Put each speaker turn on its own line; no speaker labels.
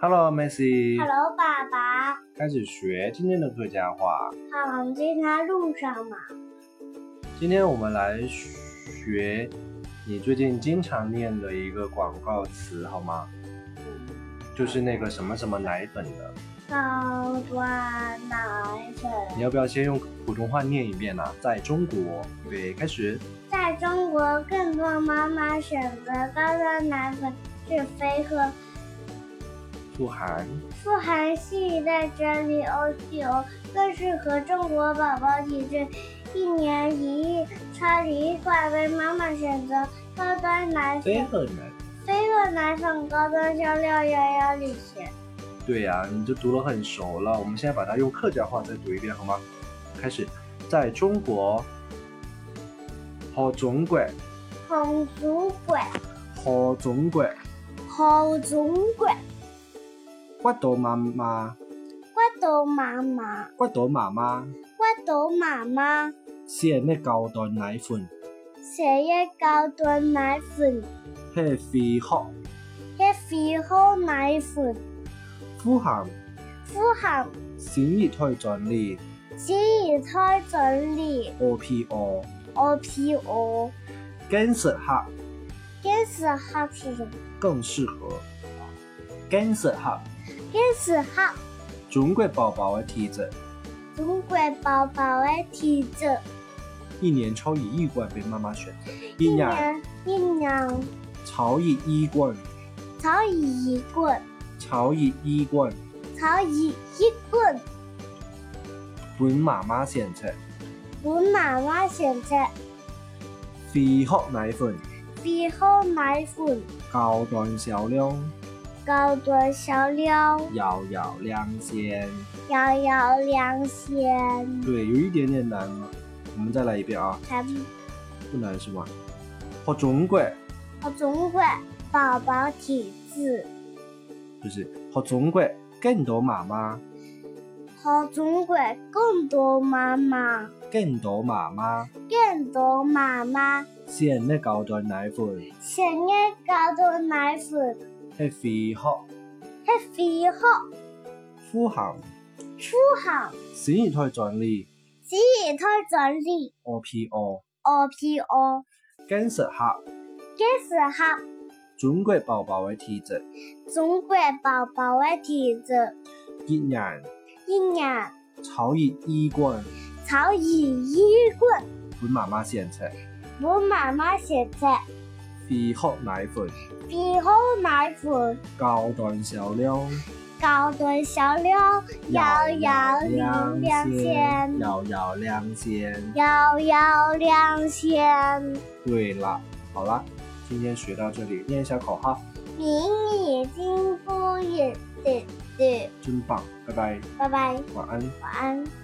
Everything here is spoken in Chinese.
Hello, Messi。
Hello，爸爸。
开始学今天的客家话。
好，我们今天在路上嘛。
今天我们来学你最近经常念的一个广告词，好吗？
嗯
就是那个什么什么奶粉的，
高端奶
你
粉
要不要先用普通话念一遍呢、在中国，预备开始。
在中国，更多妈妈选择高端奶粉是非和
富含
富含系在这里 O T O，更适合中国宝宝体质。一年一亿超一块为妈妈选择高端奶
飞
粉，
鹤奶。
飞鹤奶粉高端向六幺幺领衔。
对呀、你就读了很熟了。我们现在把它用客家话再读一遍好吗？开始，在中国，何总管，
红烛鬼，
何总管，
红烛鬼。
骨头妈妈，
我到妈妈，
骨头妈妈，
我到妈妈，
先咩高端奶粉，
谁也高端奶粉，
嘿肥壳，
一肥好奶粉，
富含
富含
新意推进力
只宜胎准力，
O P O，
我皮我，
更适合，
这是黑皮，
更适合，更适合
这是黑
中国宝宝的体质，
中国宝宝的体质，
一年超一亿罐被妈妈选择，一
一
年
年一年
超一亿罐。
炒一棍，
炒热衣棍，
炒一一棍，
本妈妈选择
我妈妈现在
肥壳奶粉
肥好奶粉，
高端销量
高端销量。
遥遥领先。
遥遥领先。
对，有一点点难了，我们再来一遍啊，
咱们
不难是吗？和中国
总管宝宝体质，
不是和中国更多妈妈，
和总管更多妈妈，
更多妈妈
更多妈妈
选的高端奶粉
想要高端奶粉，
系肥壳
还肥好
富含
出好，
新一代专利
只要他整理
OPO
O 哦 P O，
更适合
这是合
中国宝宝的体质，
总管宝宝的体质，
一年
一年
炒热衣棍，
超一一棍。
本妈妈选择。
我妈妈现在
肥壳奶粉
肥好奶粉。
高端销量
高端销量遥遥领先，
遥遥领先。
遥遥领先。
对了，好了，今天学到这里，念一下口号，
明已经不远的的，
真棒，拜拜，
拜拜，
晚安。
晚安。